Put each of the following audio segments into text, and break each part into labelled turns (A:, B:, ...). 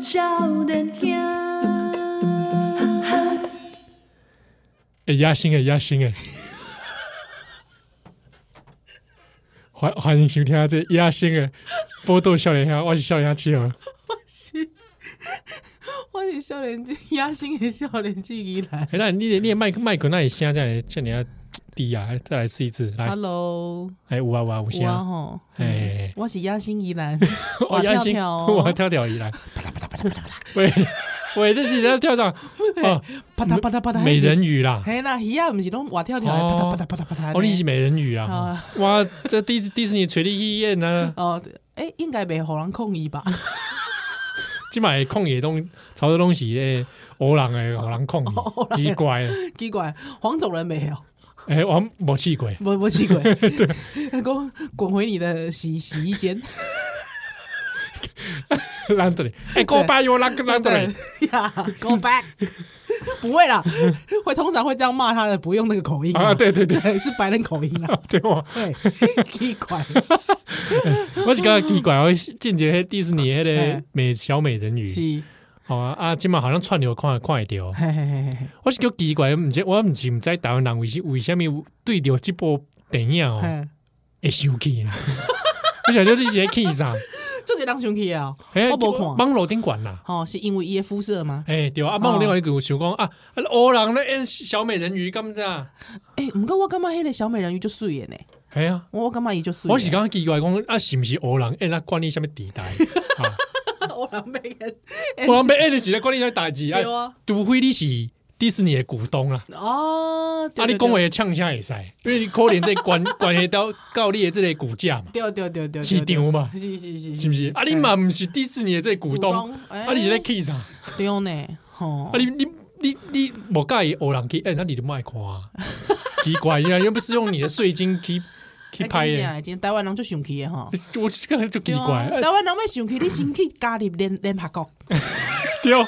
A: 少年兄，哈哈
B: 哎、压心哎、压心哎、 欢欢迎收听这压心哎，波多少年香，我是少年香七号。
C: 我是少年机，野生的少年机依来。
B: 哎、那你的你的麦克麦克那里声这样这样低啊，再来试一次，来，
C: Hello，
B: 哎，有啊有啊有
C: 我啊
B: 声，
C: 吼，
B: 哎，
C: 我是野生依兰，
B: 我压心，
C: 跳哦
B: 我跳跳一 来，喂喂，这是在跳 上哦，
C: 啪嗒啪嗒啪嗒，
B: 美人鱼啦，
C: 嘿啦，鱼啊，不是拢活跳跳的，
B: 哦
C: 啪嗒啪嗒啪嗒啪嗒。
B: 哦，你是美人鱼啊，
C: 啊
B: 哇，这迪迪士尼垂立医院啊，
C: 哦，诶，应该袂互人抗议吧？
B: 即卖控野东潮州东西诶，欧人诶，互人控
C: 哦黑人
B: 奇怪。
C: 奇怪，黄种人哦没有，
B: 哎、我没试过，
C: 我 我奇怪，他讲滚回你的洗洗衣间，
B: 懒得嘞。哎，我爸有懒个懒 得嘞。
C: 呀，Go back，不会啦，会通常会这样骂他的，不用那个口音
B: 啊，
C: 嘛，
B: 对对对，
C: 对， 是白人口音啦，
B: 对我
C: 对， 奇怪。
B: 我是感觉奇怪，
C: 嗯
B: 我进前迄迪士尼迄个美小美人鱼，
C: 是，
B: 好啊啊，今嘛好像串流看看会到。
C: 嘿嘿嘿嘿嘿
B: 我是叫奇怪，毋知我毋是毋知台湾人为什为什么对着即部电影哦
C: 嘿，
B: 会生气呢？ 我想说你是在气 啥？
C: 就是人生气啊！
B: 哎
C: 我无看
B: 网络顶管啦。
C: 哦，是因为伊的肤色吗？
B: 哎，对啊，啊网络顶管你有想讲啊，啊黑人咧演小美人鱼咁咋？
C: 诶、毋过我感觉迄个小美人鱼就水诶呢，
B: 哎呀。
C: 我我感觉伊就水的。
B: 我是感觉奇怪，讲啊是毋是黑人？哎，那管你什么地带？啊
C: 我人被人，
B: 我人被 N 时咧管你啥代志
C: 对
B: 啊
C: 啊？
B: 除非你是迪士尼的股东啦，
C: 哦，
B: 啊，
C: 对
B: 你讲话，呛声会使，因为你可能在关关系到到你的这个股价嘛，
C: 对对对对对，
B: 市
C: 对
B: 场嘛，
C: 是是是
B: 是不是？啊，你嘛毋是迪士尼的这个股东
C: 股，东
B: 啊，你是咧气啥？啊，
C: 对呢，吼、
B: 你你你你无介意黑人去，哎，那你就莫看啊，奇怪呀，又不是用你的税金去去
C: 哎
B: 拍
C: 真
B: 的，
C: 正真的台湾人就生气诶吼。
B: 我这个就奇
C: 对啊
B: 怪，
C: 台
B: 哎
C: 湾人要生气，你先去加入联联合国，
B: 对，啊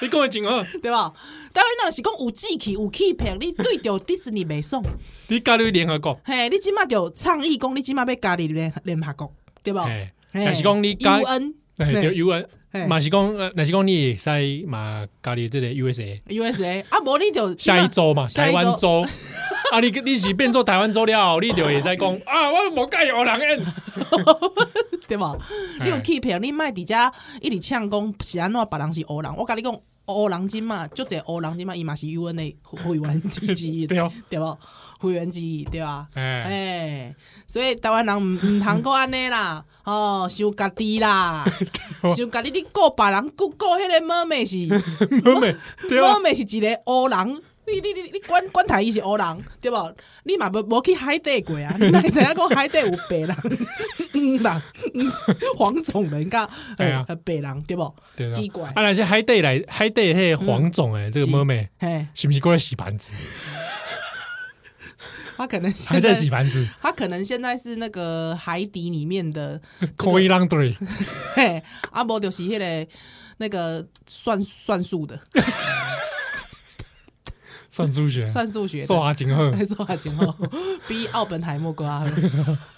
B: 你讲的哦真好。
C: 对吧？台湾人是讲有志气、有气魄，你对着迪士尼袂爽，
B: 你加入联合国，
C: 嘿，你即马就倡议讲，你即马要加入联联合国，对吧？
B: 哎，
C: 嘿
B: 但是讲你加，
C: UN
B: 哎，
C: 对
B: 对 U N，
C: 嘿
B: 嘛是讲，呃若是讲你会使嘛加入这个 U S A，
C: USA 啊，无你就
B: 下一周嘛，
C: 下
B: 台
C: 一周
B: 湾州， 啊，你你是变做台湾州了，你就会使 讲啊，我无介有人 演，
C: 对吧？你有欺骗，你卖伫遮一直呛讲是安怎，别人是黑人，我甲你讲。黑人金嘛，就这黑人金嘛，伊嘛是 UN 的会员之 一，
B: 对哦
C: 对吧？会员之一，对吧？
B: 哎
C: 哎，所以台湾人毋毋通够安尼啦，哦，想家 己啦，想家己你顾别人，顾顾迄个妹妹是，
B: 妹妹，对啊
C: 妹，妹是一个黑人，你你你你管管台伊是黑人，对无？你嘛无无去海底过啊？你哪会知影讲海底有白人、 黄人、 黄种人甲
B: 哎呀
C: 呃白人，对无？
B: 对啊
C: 奇怪
B: 啊，那些海底来海底迄个黄种诶，这个
C: 是
B: 妹妹
C: 嘿，
B: 是不是过来洗盘子，
C: 他可能现
B: 还在洗盘 子，
C: 他可能现在是那个海底里面的，
B: 可以让对，
C: 嘿，啊无就是迄、个那个算算术的，
B: 算数学，
C: 算数学的。
B: 数学真好。
C: 还说话前后比奥本海默搁较好。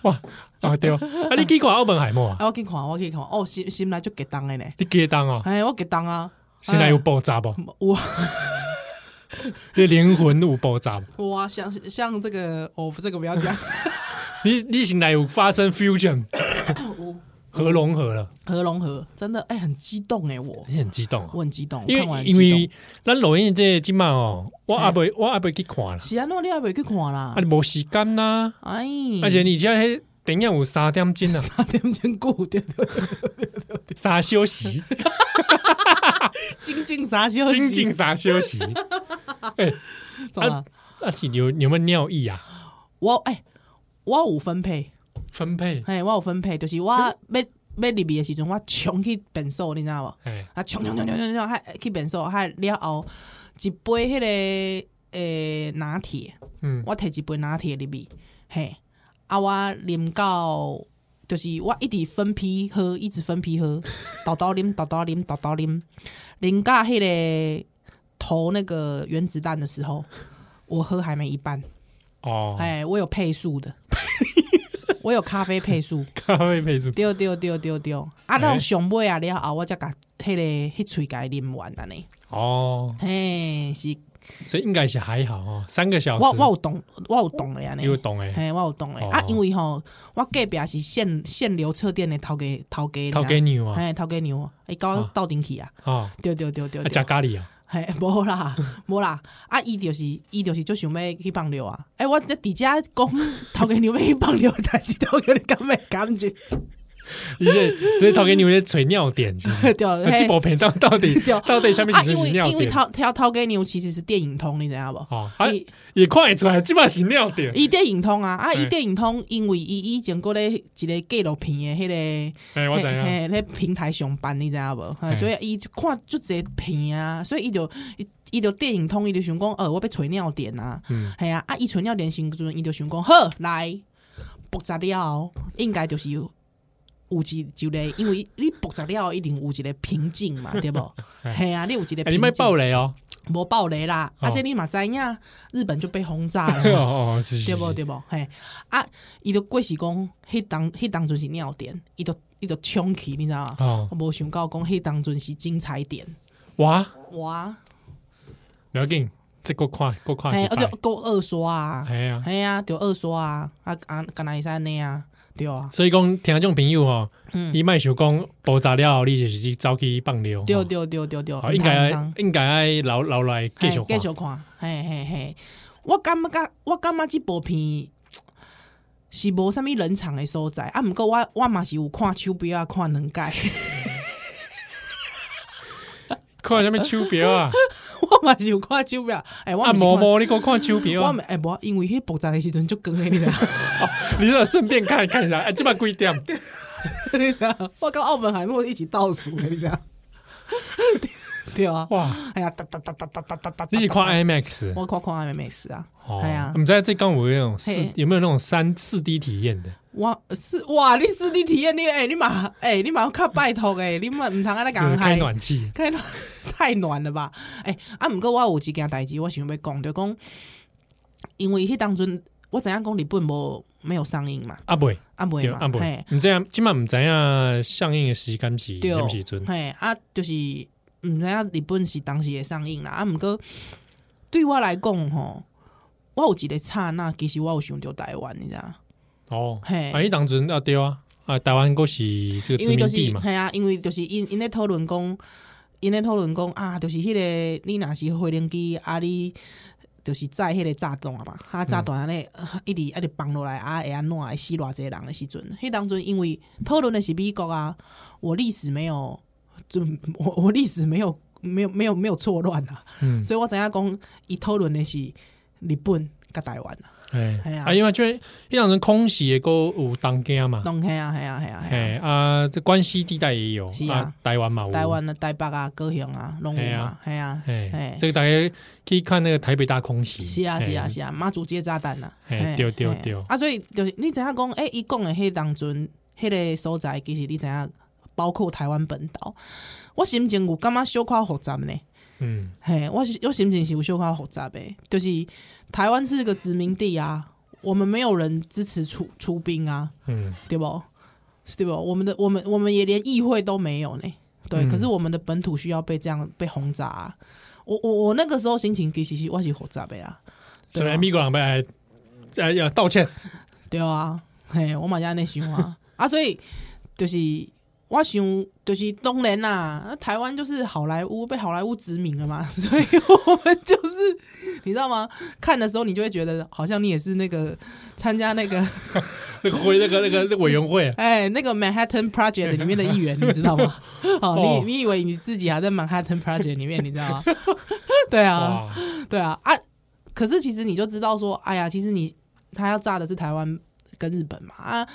B: 哇啊对哦，啊你去看澳本海默啊，
C: 啊，我去看，我去看，哦，心心内就激动的呢。
B: 你记得当哦，
C: 哎，我激动啊！
B: 现在有
C: 哎
B: 爆炸不？
C: 有啊
B: 你灵魂有爆炸不？
C: 哇，像像这个，哦，这个不要讲，
B: 你你醒来有发生 fusion
C: 我
B: 核融合了，
C: 核融 合真的哎、很激动哎、我
B: 你很激动、
C: 我
B: 哦，
C: 很激动，
B: 因
C: 看
B: 为
C: 完很
B: 因
C: 激动
B: 为咱录音这今嘛哦，我
C: 嘿
B: 阿伯我阿伯去看啦，
C: 是安诺你也未去看啦
B: 啊，你无时间啦，
C: 哎，
B: 而 且你家迄电影有三点钟啊，
C: 三点钟久对对，
B: 三小时，
C: 静静啥消息，
B: 仅仅三小 时。
C: 怎么了？
B: 啊，是有有没有尿意啊？
C: 我哎、我有分配，
B: 分配，
C: 哎、我有分配，就是我要要入去的时阵，我冲去便所，你知道无？
B: 哎，
C: 啊，冲冲冲冲冲冲，还去便所，还了后一杯迄、个诶、拿铁。
B: 嗯，
C: 我摕一杯拿铁入去，嘿，啊我啉到，就是我一直分批喝，一直分批喝，倒倒啉，倒倒啉，倒倒啉，啉到迄、个投那个原子弹的时候，我喝还没一半，
B: 哦，
C: 哎、我有配速的，我有咖啡配速，
B: 咖啡配主，
C: 丢丢丢丢丢，啊，那
B: 哎
C: 种上尾啊了后，我才甲迄、个迄喙甲伊啉完安尼。
B: 哦，
C: 嘿，是，
B: 所以应该是还好哦，三个小时
C: 我我有懂，我有懂了安尼
B: 你。有懂哎，
C: 嘿，我有懂诶、
B: 哦
C: 啊，因为吼，我隔壁是限限流车店的头家头家，
B: 头啊给你嘛
C: 嘿，头家娘，伊甲我
B: 啊
C: 斗阵去啊，
B: 哦，
C: 对对对对
B: 啊
C: 对，
B: 加咖喱啊，
C: 嘿， 无啦，无啦，啊，伊就是伊就是就想要去放尿啊！哎、我这伫遮讲 头家娘要去放尿的代志，头家娘敢咩感情？
B: 而且这头给你有些垂尿点，是吗
C: 对，
B: 啊这
C: 嘿
B: 部片到到底
C: 对
B: 到底下面
C: 啊，
B: 是
C: 因为
B: 尿
C: 因为
B: 点？
C: 头头头家娘其实是电影通，你知影无？
B: 哦，啊
C: 伊
B: 也看得出来，基本是尿点，
C: 伊电影通啊，啊，伊
B: 嘿
C: 电影通，因为伊以前过咧一个纪录片的迄、个。
B: 哎，我怎哎样？
C: 嘿，咧平台上班你知影无？
B: 嘿
C: 嘿所以伊就看足侪片啊，所以伊就伊伊就电影通，伊就想讲，呃，我要揣尿点啊，
B: 嗯
C: 系啊，啊，伊揣尿点时阵，伊就想讲，好来，爆炸了后，应该就是有有一一个，因为你爆炸了后一定有一个瓶颈嘛，对无？系啊，你有一个
B: 哎，
C: 瓶
B: 你
C: 颈，
B: 卖爆雷哦，
C: 无爆雷啦，
B: 哦
C: 啊，这你嘛知影，日本就被轰炸
B: 哦
C: 了嘛。
B: 哦，是是
C: 对无
B: 是，
C: 对无嘿啊，伊就过是讲，迄当迄当阵是尿点，伊就伊就冲去，你知道吗？
B: 哦，
C: 我无想到讲迄当阵是精彩点，
B: 哇，
C: 哇！
B: 不要紧，这个看，个看
C: 嘿，
B: 一
C: 啊
B: 摆
C: 就，够二刷啊，
B: 哎呀，
C: 嘿啊，就二刷啊，啊啊，干那会使安尼啊，对啊，
B: 所以讲听众朋友吼，
C: 嗯
B: 你卖想讲爆炸了后，你就是去走去放尿，
C: 对
B: 吼
C: 对对对对，
B: 好
C: 唔
B: 应
C: 通
B: 该
C: 唔通
B: 应该爱留留来继续
C: 嘿
B: 看
C: 继，续看，嘿嘿嘿，我感觉我感觉即部片是无啥物冷场的所在，啊，毋过我我嘛是有看手表啊，看两届。
B: 看什么手表啊，
C: 我嘛是有看手表，哎、 我
B: 啊，
C: 嘛是
B: 毛
C: 看，
B: 毛你给我看手表
C: 我
B: 啊
C: 嘛，哎、无，因为迄爆炸的时阵就光的，你知道？
B: 你就顺便看一看一下，哎，这摆几点？
C: 你知道？我跟澳本海默一起倒数的，你知道？ 对啊，
B: 哇，
C: 哎呀，哒哒哒哒哒哒哒哒，
B: 你是 看 IMAX
C: 我看看 IMAX 啊，
B: 哦
C: 哎呀，
B: 我们在这刚有那种四
C: 嘿
B: 有没有那种三四 D 体验的？
C: 我是哇，你四 D 体验你，哎，你嘛，哎，你嘛较拜托诶，你嘛毋通安尼
B: 就是
C: 讲
B: 开暖气，
C: 太暖 太暖了吧？哎、啊，毋过我有一件代志，我想要讲，就讲，因为迄当阵我知影讲日本无没有上映嘛，
B: 啊不会，
C: 啊袂
B: 对
C: 嘛，
B: 啊不
C: 嘿
B: 会，你这样今晚唔知影上映的时间是
C: 对哦
B: 什么时阵？
C: 嘿啊，就是毋知影日本是当时会上映啦，啊，毋过对我来讲吼，我有一个刹那，其实我有想着台湾，你知影
B: 哦，
C: 嘿
B: 啊，你当阵啊对啊，啊，台湾国是这个殖
C: 因为
B: 民
C: 就是
B: 地嘛，
C: 系啊，因为就是因因咧讨论讲，因咧讨论讲啊，就是迄、个你若是火轮机啊，你就是载迄个炸弹嘛，啊炸弹咧、啊一直一直放落来啊，会安怎会死偌济人的时阵，迄当阵因为讨论的是美国啊，我历史没有，就我我历史没有没有没有没有错乱啊，
B: 嗯，
C: 所以我知影讲伊讨论的是日本甲台湾啊，
B: 哎
C: 嘿，啊
B: 啊，因为就是那当阵空袭也够有当家嘛，
C: 拢系啊系啊系啊系啊，
B: 哎啊，这关西地带也有
C: 是，啊
B: 啊，台湾嘛，
C: 台，湾啊台北啊高雄啊拢有嘛，系啊。
B: 哎
C: 嘿，
B: 这个大家可以看那个台北大空袭，哎
C: 是啊，
B: 嗯嘿
C: 是啊，，是啊，妈祖接炸弹呐，
B: 嘿
C: 嘿
B: 对对
C: 嘿
B: 对
C: 啊，所以就是你知影讲，诶，伊讲的迄当阵，迄个所在，其实你知影，包括台湾本岛，我心情有感觉小可复杂呢。
B: 嗯，
C: 嘿，我是我心情是有小可复杂的，就是台湾是个殖民地啊，我们没有人支持出出兵啊，
B: 嗯，
C: 对不？对不？我们的我们我们也连议会都没有呢。对，
B: 嗯
C: 可是我们的本土需要被这样被轰炸、啊。我我我那个时候心情其实是我是复杂的啊。对
B: 所
C: 啊
B: 以美国人来哎要道歉，
C: 对啊，嘿，我嘛是安尼想啊， 啊，所以就是我想，就是当然啦、啊，台湾就是好莱坞被好莱坞殖民了嘛， 所以我们就是你知道吗？看的时候你就会觉得好像你也是那个参加那个，
B: 那个回那个那个那个委员会啊
C: 哎那个 Manhattan Project 里面的一员，你知道吗？哦，
B: 哦
C: 你你以为你自己还在 Manhattan Project 里面，你知道吗？ 对啊，
B: 哇，
C: 对啊啊！可是其实你就知道说，哎呀，其实你他要炸的是台湾跟日本嘛啊，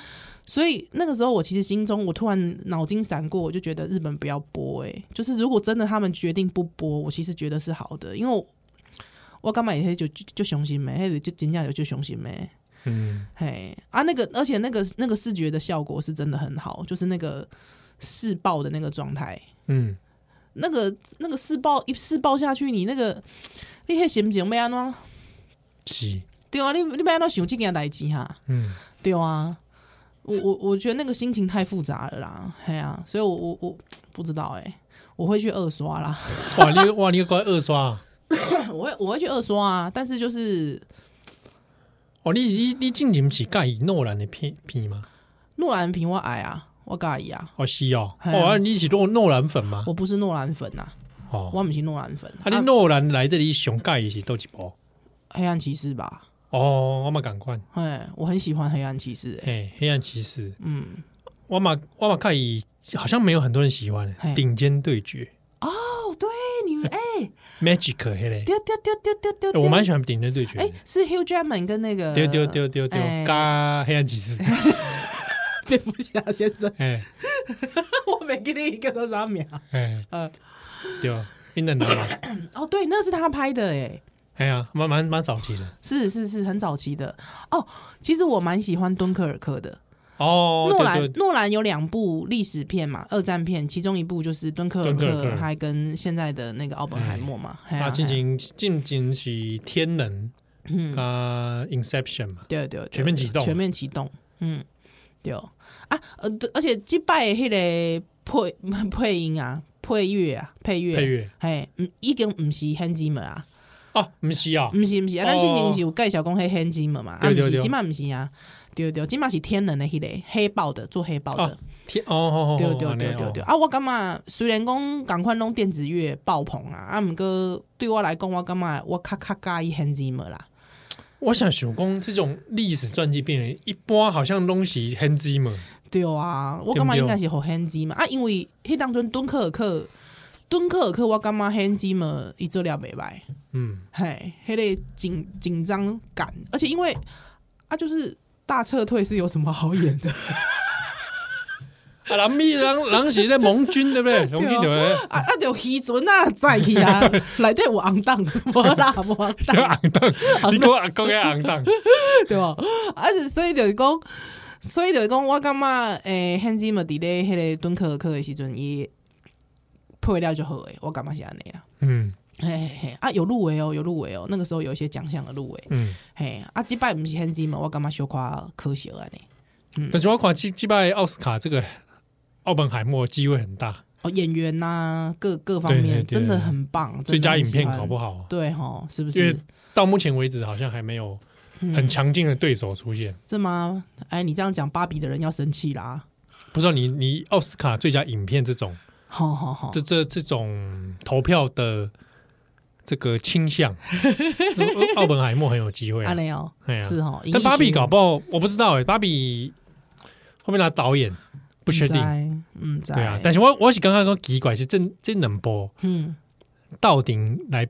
C: 所以那个时候我其实心中我突然脑筋闪过，我就觉得日本不要播、欸，就是如果真的他们决定不播，我其实觉得是好的，因为我我干嘛也是就就就雄心没，还是就真正有就雄心没。
B: 嗯，
C: 嘿啊，那个，而且那个那个视觉的效果是真的很好，就是那个试爆的那个状态，
B: 嗯，
C: 那个那个试爆一试爆下去，你那个你迄心情要安怎？
B: 是，
C: 对啊，你你要安怎想即件代志哈？
B: 嗯，
C: 对啊，我我我觉得那个心情太复杂了啦，嘿啊，所以我我我不知道哎、欸，我会去二刷啦，
B: 哇，你哇，你乖二刷啊，
C: 我会我会去二刷啊，但是就是
B: 哦，你你你近年是介意诺兰的片片吗？
C: 诺兰评我矮啊，我介意啊，
B: 哦，是哦，
C: 嘿
B: 哦，啊你是诺诺兰粉吗？
C: 我不是诺兰粉呐、啊，
B: 哦，
C: 我不是诺兰粉、
B: 啊，你诺兰来这里上介意是多一部？
C: 黑暗骑士吧，
B: 哦，我嘛赶快，
C: 哎，我很喜欢黑暗骑士、欸，
B: 嘿，哎黑暗骑士，
C: 嗯，
B: 我嘛我嘛介意，好像没有很多人喜欢
C: 嘿
B: 欸，顶尖对决
C: 哦，对 你哎，
B: ，Magic 黑嘞，
C: 丢丢丢丢丢丢，
B: 我蛮喜欢顶尖对决
C: 哎
B: 的，，
C: 是 Hugh Jackman 跟那个
B: 丢丢丢丢丢
C: 哎，
B: 加黑暗骑 士，
C: 蝙蝠侠啊先生，
B: 哎
C: 我每给你一个多少秒？
B: 哎，
C: 呃，
B: 对，英的男嘛，
C: 哦，对，那是他拍的哎，
B: 哎呀，蛮蛮蛮早期的。
C: 是是是很早期的哦。其实我蛮喜欢敦刻尔克的。
B: 哦，
C: 诺
B: 对
C: 兰
B: 对
C: 诺兰有两部历史片嘛，二战片，其中一部就是敦刻尔
B: 敦刻尔
C: 克，
B: 克
C: 还跟现在的那个奥本海默嘛，嘿
B: 啊，
C: 啊
B: 进
C: 嘿啊
B: 行进行是天能
C: 嗯
B: 啊，Inception 嘛，
C: 对对对
B: 全面启动
C: 全面启动，嗯，对哦啊，呃，对而且击败迄个配 配音啊，配乐啊，配乐，
B: 配乐
C: 嘿，嗯，已经毋是 h a n d 啊，
B: 哦，不是啊，
C: 毋是毋是啊，
B: 哦
C: 咱之前是有介绍讲迄 h a n d 嘛，啊，
B: 对
C: 毋
B: 对
C: 是，
B: 对
C: 即嘛毋是啊，对对，即嘛是天然的迄个黑豹的，做黑豹的
B: 哦，天哦哦哦，
C: 对对对
B: 这样
C: 对
B: 哦
C: 对啊！我感觉虽然讲赶快弄电子乐爆棚啊，啊，毋过对我来讲，我感觉我较较介意 h a n d 啦，
B: 我想想讲这种历史传记片，一般好像拢是很基嘛，
C: 对啊，我
B: 对
C: 感
B: 不
C: 觉
B: 对
C: 应该是互 h a n d 啊，因为迄当阵敦刻尔克，敦刻尔克我感觉 h a n d 伊做了袂歹，
B: 嗯，
C: 嘿，迄、个紧紧张感，而且因为啊，就是大撤退是有什么好演的
B: 啊，人咪人人是在盟军对不 对？哦盟军对不对？
C: 啊啊，就渔船啊，载去 啊，内底有红灯，无啦，无红灯。
B: 红灯， 你给我讲个红灯，
C: 对吧？而且所以就是讲，所以就是讲，我感觉诶，汉基嘛伫咧迄个敦刻尔克的时阵，伊配料就好诶，我感觉是安尼啦。
B: 嗯
C: 嘿嘿嘿，啊，有入围哦，有入围哦，那个时候有一些奖项的入围。
B: 嗯，
C: 嘿，啊，即摆毋是汉基嘛，我感觉小夸可惜安尼。
B: 但是我看击击败奥斯卡这个奥本海默机会很大，
C: 哦，演员呐、各各方
B: 对对
C: 面
B: 对
C: 真的很棒，
B: 最佳影片搞
C: 好
B: 不
C: 好？
B: 好？
C: 对吼，是不
B: 因为
C: 是？
B: 到目前为止好像还没有很强劲的对手出现。
C: 这吗？哎，你这样讲，芭比的人要生气啦！
B: 不知道你你奥斯卡最佳影片这种
C: 好好好，
B: 这这这种投票的这个倾 向，呃奥本海默很有机会、啊
C: 安。尼哦，
B: 哎呀、
C: 是吼。
B: 但芭比搞
C: 不
B: 不好，我不知道哎、芭比后面拿导演不确定，，
C: 嗯，在
B: 对啊。但是我我是刚刚说奇怪，是这这能播
C: 嗯，
B: 到顶来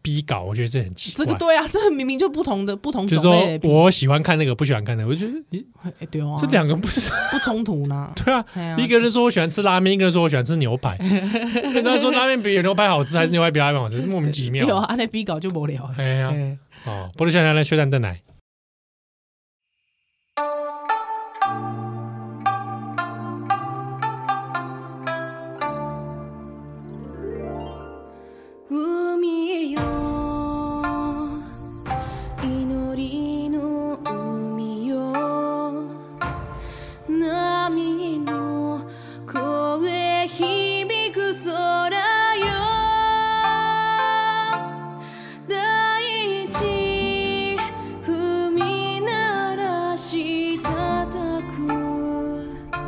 B: 逼搞，我觉得这很奇怪。
C: 这个对啊，这个明明就不同的不同
B: 就是
C: 种欸
B: 说
C: 类的，
B: 我喜欢看那个，不喜欢看那个，我觉得咦
C: 哎对啊，
B: 这两个不是。
C: 不冲突呢
B: 对啊。
C: 哎呀
B: 一个人说我喜欢吃拉面，一个人说我喜欢吃牛 排。跟他说拉面比牛排好吃，还是牛排比拉面好吃，莫名其妙。
C: 对啊，安尼比搞就无聊 了。
B: 哎呀，
C: 哎
B: 哦，波多笑笑来，血蛋蛋奶。
A: 海よ祈りの海よ波の声響く空よ大地踏み鳴らしたたく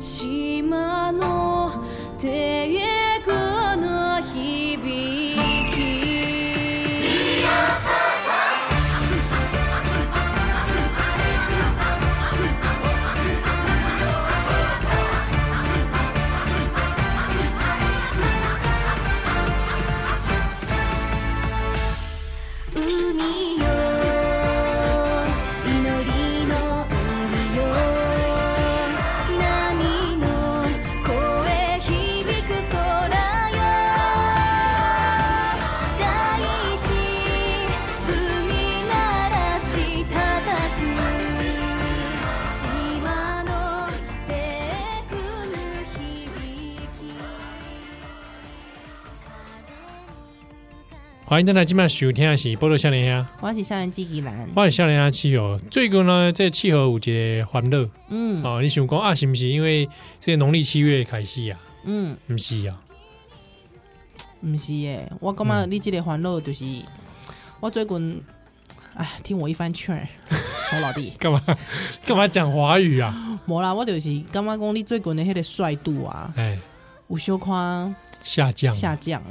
A: 島の帝国の響き海よ祈りの海よ波の声響く空よ大地踏み鳴らし叩く島のテクの響き
B: 欢迎大家今晚收听的是波多笑脸呀，
C: 我是校园纪吉兰，
B: 我是笑脸呀气候。最近呢，这气候有一个欢乐
C: 嗯
B: 哦，你想讲啊，是不是因为这农历七月开始啊？
C: 嗯，
B: 不是啊，
C: 毋是诶，我感
B: 嗯
C: 觉你即个烦恼就是，我最近，哎，听我一番 劝儿，我老弟，
B: 干嘛干嘛讲华语啊？
C: 无啦，我就是感觉讲你最近的迄个帅度啊，
B: 哎，
C: 有小
B: 嗯
C: 可
B: 下降，啊
C: 下降。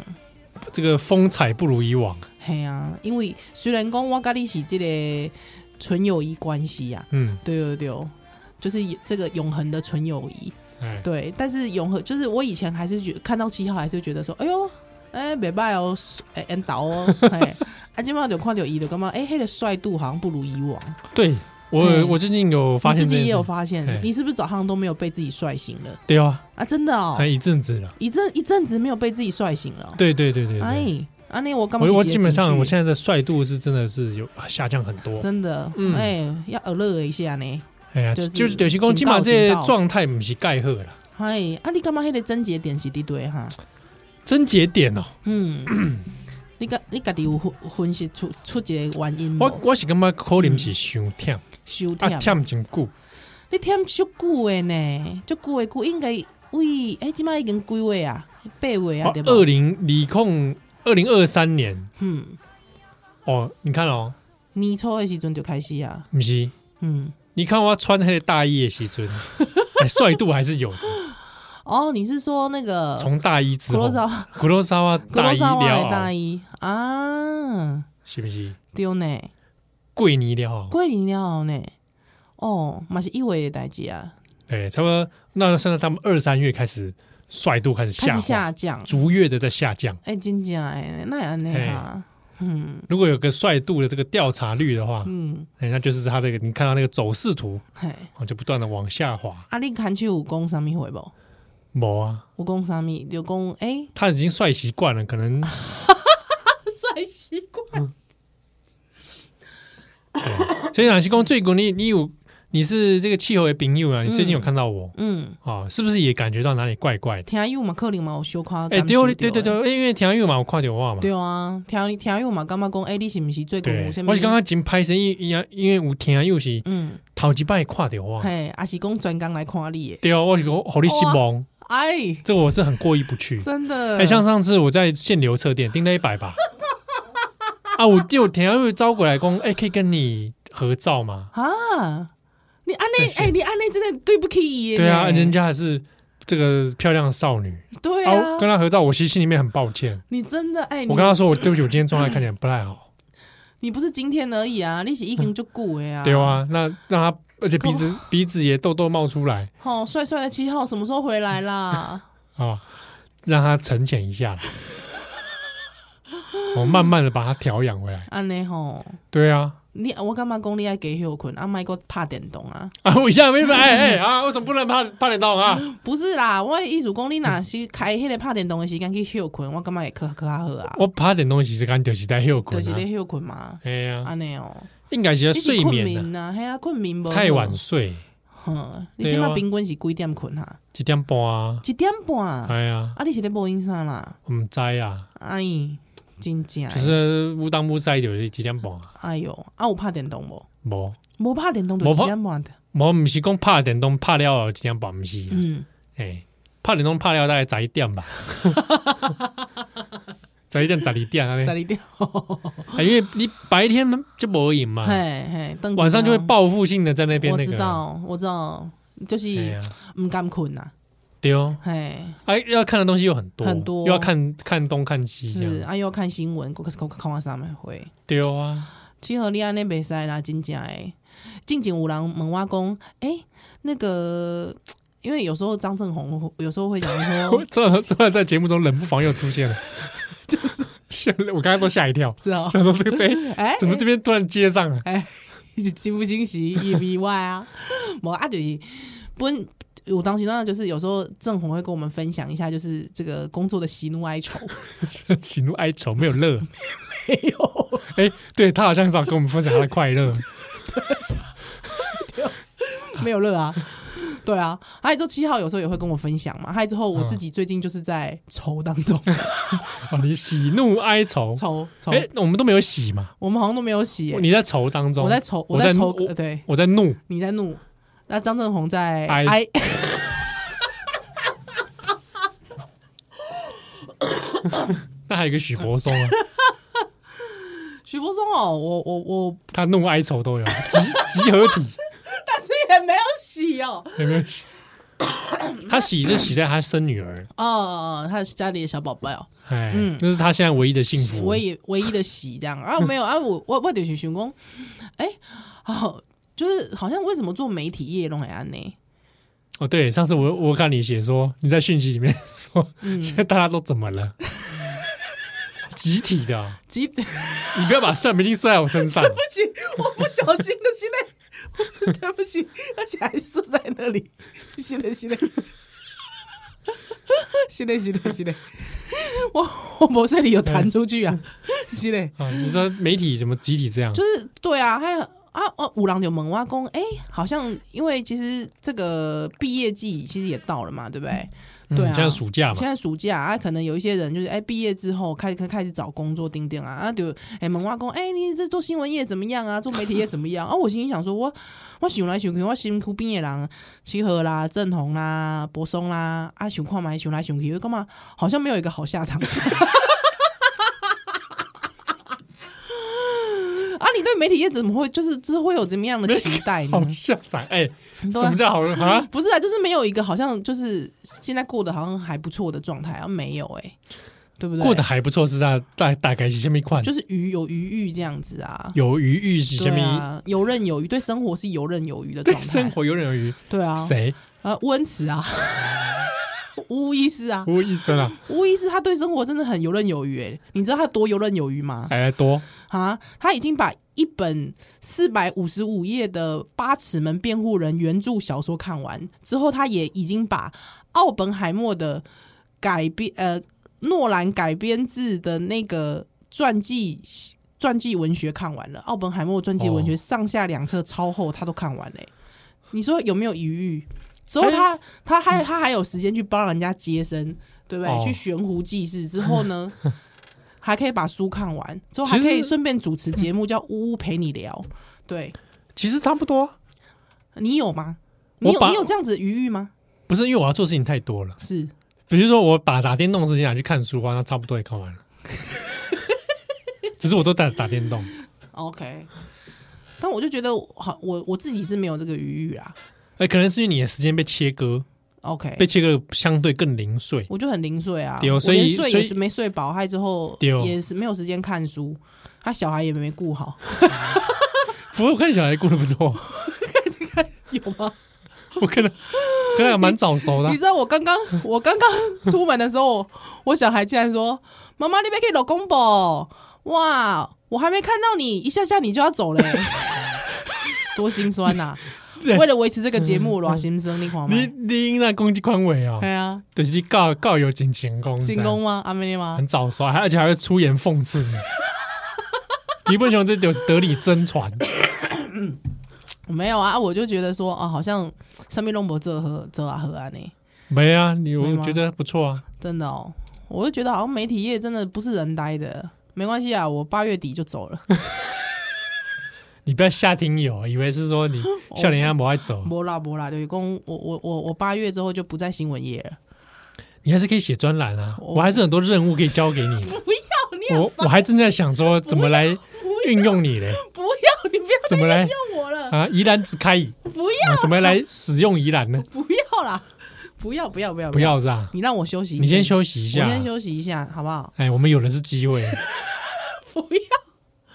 B: 这个风采不如以往。
C: 嘿啊，因为虽然讲我甲你是即个纯友谊关系啊，
B: 嗯，
C: 对对对，就是这个永恒的纯友谊，
B: 哎，
C: 对，但是永和就是我以前还是觉看到七号还是觉得说，哎呦，哎，袂歹哦，哎，缘投 哦，哎，啊，今晚就看到伊就感觉，哎，迄个帅度好像不如以 往。
B: 对我
C: 嘿
B: 我最近有发
C: 嗯你
B: 现
C: 自
B: 这件
C: 己也有
B: 事，
C: 发
B: 嘿
C: 现，你是不是早上都没有被自己帅醒了
B: 对啊，
C: 啊？真的哦
B: 还，一阵子了。
C: 一阵一阵子没有被自己帅醒了哦。
B: 对对对对对，
C: 哎，啊，那我干嘛是
B: 我
C: 一个
B: 我
C: 情绪？
B: 基本上我现在的帅度是真的是有啊下降很多。
C: 真的
B: 嗯，
C: 哎，要 alert 一下呢。
B: 哎呀，
C: 就是
B: 就是就是讲，
C: 警
B: 起码
C: 告
B: 这
C: 警
B: 个
C: 告
B: 状态不是盖好了，
C: 哎，啊，你干嘛？迄个症结点是伫对哈？
B: 真节点哦。
C: 嗯， 你家你家己有分分析出出一个原因无？
B: 我我是感觉可能是伤忝，
C: 收
B: 啊
C: 嗯忝、
B: 忝真久，
C: 你忝足久的呢，足久的久应该为哎，即摆已经几月啊？八月啊，对
B: 哦二
C: 吧？
B: 零二控二零二三年
C: 嗯，
B: 哦，你看哦，
C: 年初的时阵就开始啊，
B: 不是，
C: 嗯，
B: 你看我穿黑大衣的时阵， 哎帅度还是有的。
C: 哦，你是说那个
B: 从大一之
C: 古
B: 后
C: 罗，少
B: 古罗沙哇
C: 古
B: 大
C: 罗
B: 一
C: 少
B: 了
C: 的
B: 后
C: 大，衣啊？
B: 是不是？
C: 对呢，
B: 过年了哦后，
C: 过年了后呢，哦，嘛是一月的代志啊，
B: 对，差不多那算是他们二三月开始帅度开始
C: 开
B: 下
C: 始
B: 滑，
C: 下降，
B: 逐月的在下降。
C: 哎、真正哎，那也安尼啊，嗯
B: 如果有个帅度的这个调查率的话，
C: 嗯，
B: 哎，那就是它这个你看到那个走势图，
C: 嘿，
B: 哦，就不断的往下滑。
C: 啊，你看去有讲啥物话无？
B: 没啊，
C: 有讲啥物？就讲哎。
B: 他已经帅习惯了，可 能
C: 帅习惯。
B: 所以朗西公最近你你有你是这个气候的朋友啊，你最近有
C: 嗯
B: 看到我
C: 嗯，
B: 啊、哦，是不是也感觉到哪里怪怪的？
C: 听友嘛，可能嘛有小夸。
B: 哎、对对对对对，，因为田玉嘛，我看到我嘛，
C: 对啊，听听友嘛，感觉讲，哎，你是不是最近
B: 对
C: 有啥，物
B: 我是刚刚紧拍声，因因因为有听又是
C: 嗯，
B: 头一摆看到我，
C: 嘿，啊是讲专工来看你的，
B: 对啊，我是讲好你失望，
C: 哎，
B: 这个我是很过意不去。
C: 真的，
B: 哎、像上次我在限流车店订了一百吧，啊，我就田又招过来讲，哎、可以跟你合照吗？
C: 啊，你安
B: 真
C: 内，
B: 是
C: 哎，你安内真的对不起伊，
B: 对啊，人，家还是这个漂亮的少女，
C: 欸对
B: 啊，
C: 啊
B: 我，跟她合照，我其实心里面很抱歉。
C: 你真的，哎，你
B: 我跟他说，我对不起，我今天状态看起来不太好。
C: 你不是今天而已啊，你是已经就过的啊，
B: 对，啊，那让他，而且鼻子鼻子也痘痘冒出来
C: 好，帅帅的七号什么时候回来 啦？
B: 啊，让他沉潜一 下。我慢慢的把它调养回来。
C: 安内吼，
B: 对啊，
C: 你我感觉讲你爱加休困，啊，莫个拍电动啊。
B: 啊，我一下没哎哎啊，为什么不能怕怕点到啊？
C: 不是啦，我的意思讲，你若是开迄个拍电动的时间去休困，我感觉会可可较好啊。
B: 我怕点东西是干就是在休
C: 就
B: 困
C: 是咧
B: 啊。
C: 休困嘛，
B: 哎呀，
C: 安尼哦，
B: 应该是
C: 你
B: 在
C: 是
B: 睡
C: 困
B: 眠
C: 眠啊，嘿啊，困眠无
B: 啊，太晚。睡，
C: 哼，你
B: 对
C: 即
B: 啊
C: 摆平均是几点困哈？
B: 几点半啊？
C: 一点半啊？
B: 哎呀，
C: 啊，你是咧无影啥啦？
B: 我们摘啊，
C: 哎，真正的，
B: 就是乌当乌塞就是几点半啊？
C: 哎哟，啊有拍电动无？
B: 无。
C: 无拍电动就
B: 没
C: 一
B: 拍
C: 点半的。
B: 我毋是讲拍电动拍了后一点半毋是啊，
C: 嗯，
B: 诶、拍电动拍了大概十一点 吧，十一点十二点安尼
C: 十，二点。
B: 哎因为你白天就无闲嘛，
C: 嘿嘿，回去
B: 晚上就会
C: 啊。
B: 报复性的在那边
C: 我
B: 那个，
C: 知道，我知道，就
B: 哎呀
C: 是，毋甘困呐。
B: 对哦，
C: 嘿，
B: 哎、要看的东西又很多，
C: 很多
B: 又要看看东看西这
C: 是
B: 样，
C: 啊，又要看新闻，我我看我啥物会。
B: 对哦啊，
C: 七合你安尼袂使啦，真正诶。近前有人问我讲，诶、那个，因为有时候张正宏有时候会讲 说，
B: 这这在节目中冷不防又出 现了， 就是我刚才都吓一跳，
C: 是哦，
B: 想说这个 这
C: 哎、
B: 怎么这边突然接上了，
C: 欸是惊不惊喜，意不意外啊？ 无啊，就是本我当时呢，就是有时候正红会跟我们分享一下，就是这个工作的喜怒哀愁。
B: 喜怒哀愁没有乐。
C: 没有，
B: 哎、对他好像少跟我们分享他的快乐，
C: 没有乐啊。对啊，还有之后七号有时候也会跟我分享嘛。还有之后我自己最近就是在愁当中，
B: 哦，你喜怒哀愁，
C: 愁愁、
B: 哎、我们都没有喜嘛，
C: 我们好像都没有洗、欸。
B: 你在愁当中，
C: 我在愁，
B: 我
C: 我在愁，
B: 我
C: 呃对，
B: 我在怒，
C: 你在怒。那张正宏在
B: 哀
C: 哀，
B: 那还有一个许柏松 啊，
C: 许柏松哦，我我我，
B: 他怒哀愁都有，啊集集合体
C: 但是也没有洗哦。
B: 有没有？ 他喜是喜在他生女儿，
C: 哦，他是家里的小宝贝哦，
B: 哎，
C: 嗯
B: 那是他现在唯一的幸福。
C: 唯一唯一的喜这样啊，没有啊，我我我就是想讲，哎、哦，就是好像为什么做媒体业弄会安呢？
B: 哦，对，上次我我看你写说你在讯息里面 说，
C: 嗯
B: 现在大家都怎么 了？集体的啊，
C: 集体
B: 你不要把算命定射在我身上。
C: 不起， 我不小心的，现在对不起，而且还射在那里，是的，是的，是的，是的，是的，我我脖子里有弹出去啊，是的，
B: 啊，你说媒体怎么集体这样？
C: 就是对啊，还有啊哦，五郎有萌蛙公，哎、好像因为其实这个毕业季其实也到了嘛，对不对？
B: 嗯
C: 对啊，
B: 现在暑假嘛
C: 现，在暑假啊，可能有一些人就是哎，毕、业之后开开开始找工作钉钉啊，啊就哎门外工哎，你这做新闻业怎么样啊？做媒体业怎么样啊？我心里想说，我我想来想去，我辛苦毕业人齐河啦、郑红啦、柏松啦，啊想看嘛，想来想去，我干嘛好像没有一个好下场。 啊，你对媒体业怎么会就是就是会有怎么样的期待呢
B: 好？校长，哎，
C: 对啊
B: 什么叫好啊？
C: 不是啊，就是没有一个好像就是现在过得好像还不错的状态啊，没有哎、对不对？
B: 过得还不错，是大大大概是下面款，
C: 就是余有余裕这样子 啊，
B: 有余裕是下
C: 对
B: 面
C: 啊，游刃有余，对生活是游刃有余的
B: 对
C: 状态。
B: 生活游刃有余。
C: 对啊，
B: 谁？
C: 呃，乌恩慈啊， 吴医师啊，
B: 吴医生啊，
C: 吴医师他对生活真的很游刃有余哎、你知道他多游刃有余吗？
B: 还多
C: 啊，他已经把一本四百五十五页的《八尺门辩护人》原著小说看完之后，他也已经把奥本海默的改编呃诺兰改编自的那个传记传记文学看完了。奥本海默传记文学
B: 哦
C: 上下两册超厚，他都看完嘞、你说有没有余裕？之
B: 哎
C: 后他、他还他还有时间去帮人家接生，对不对？
B: 哦
C: 去悬壶济世之后呢，还可以把书看完，之后还
B: 其实
C: 可以顺便主持节目叫《呜呜陪你聊》。对
B: 其实差不多啊，
C: 你有吗？
B: 我
C: 你有
B: 把
C: 你有这样子的余裕吗？
B: 不是因为我要做事情太多了。
C: 是
B: 比如说我把打电动的事情拿去看书的话，那差不多也看完了。只是我都打打电动，
C: OK，但我就觉得好，我我自己是没有这个余裕啦。
B: 哎、可能是因为你的时间被切割，
C: OK，
B: 被切割得相对更零碎。
C: 我就很零碎啊，
B: 对哦
C: 我
B: 所以
C: 连睡
B: 所
C: 也
B: 以
C: 是没睡饱，还之后
B: 对哦
C: 也是没有时间看书，他小孩也没顾好，
B: 不过我看小孩过得不错，
C: 有吗？
B: 我看到看到蛮早熟的啊
C: 你。知道我刚 刚我刚刚出门的时候，我我小孩竟然说：“妈妈，那边可以老公不？哇，我还没看到你，一下下你就要走了欸、多心酸呐、为了维持这个节目，罗先生，你看吗
B: 你？你因那攻击宽伟哦，
C: 对啊，
B: 就是你告告有警前功，
C: 进攻吗？阿妹吗
B: 很？早熟，还而且还会出言讽刺 你。李笨熊这就是得理真传，
C: 没有啊，我就觉得说啊，好像上面弄不这喝这啊喝啊呢，
B: 没啊？你
C: 没
B: 我
C: 吗
B: 觉得不错啊。
C: 真的哦，我就觉得好像媒体业真的不是人呆的。没关系啊，我八月底就走了，
B: 你不要吓听友，以为是说你
C: 哦
B: 笑脸阿不爱走，
C: 波啦波啦，对公，我我我我八月之后就不在新闻业了。
B: 你还是可以写专栏啊。
C: 我
B: 我还是很多任务可以交给你。
C: 哦 不要，你
B: 我我还正在想说怎么来运用你嘞，
C: 不要，你不要
B: 怎么来
C: 用我了，
B: 啊？宜兰只开椅，
C: 不
B: 啊
C: 要，
B: 怎么来使用宜兰呢？
C: 不要啦，不要，不要，不要，
B: 不，要是吧？
C: 你让我休息，
B: 你先，休息一
C: 我
B: 下。
C: 先休息一下，好不好？
B: 哎，我们有的是机会，
C: 不要，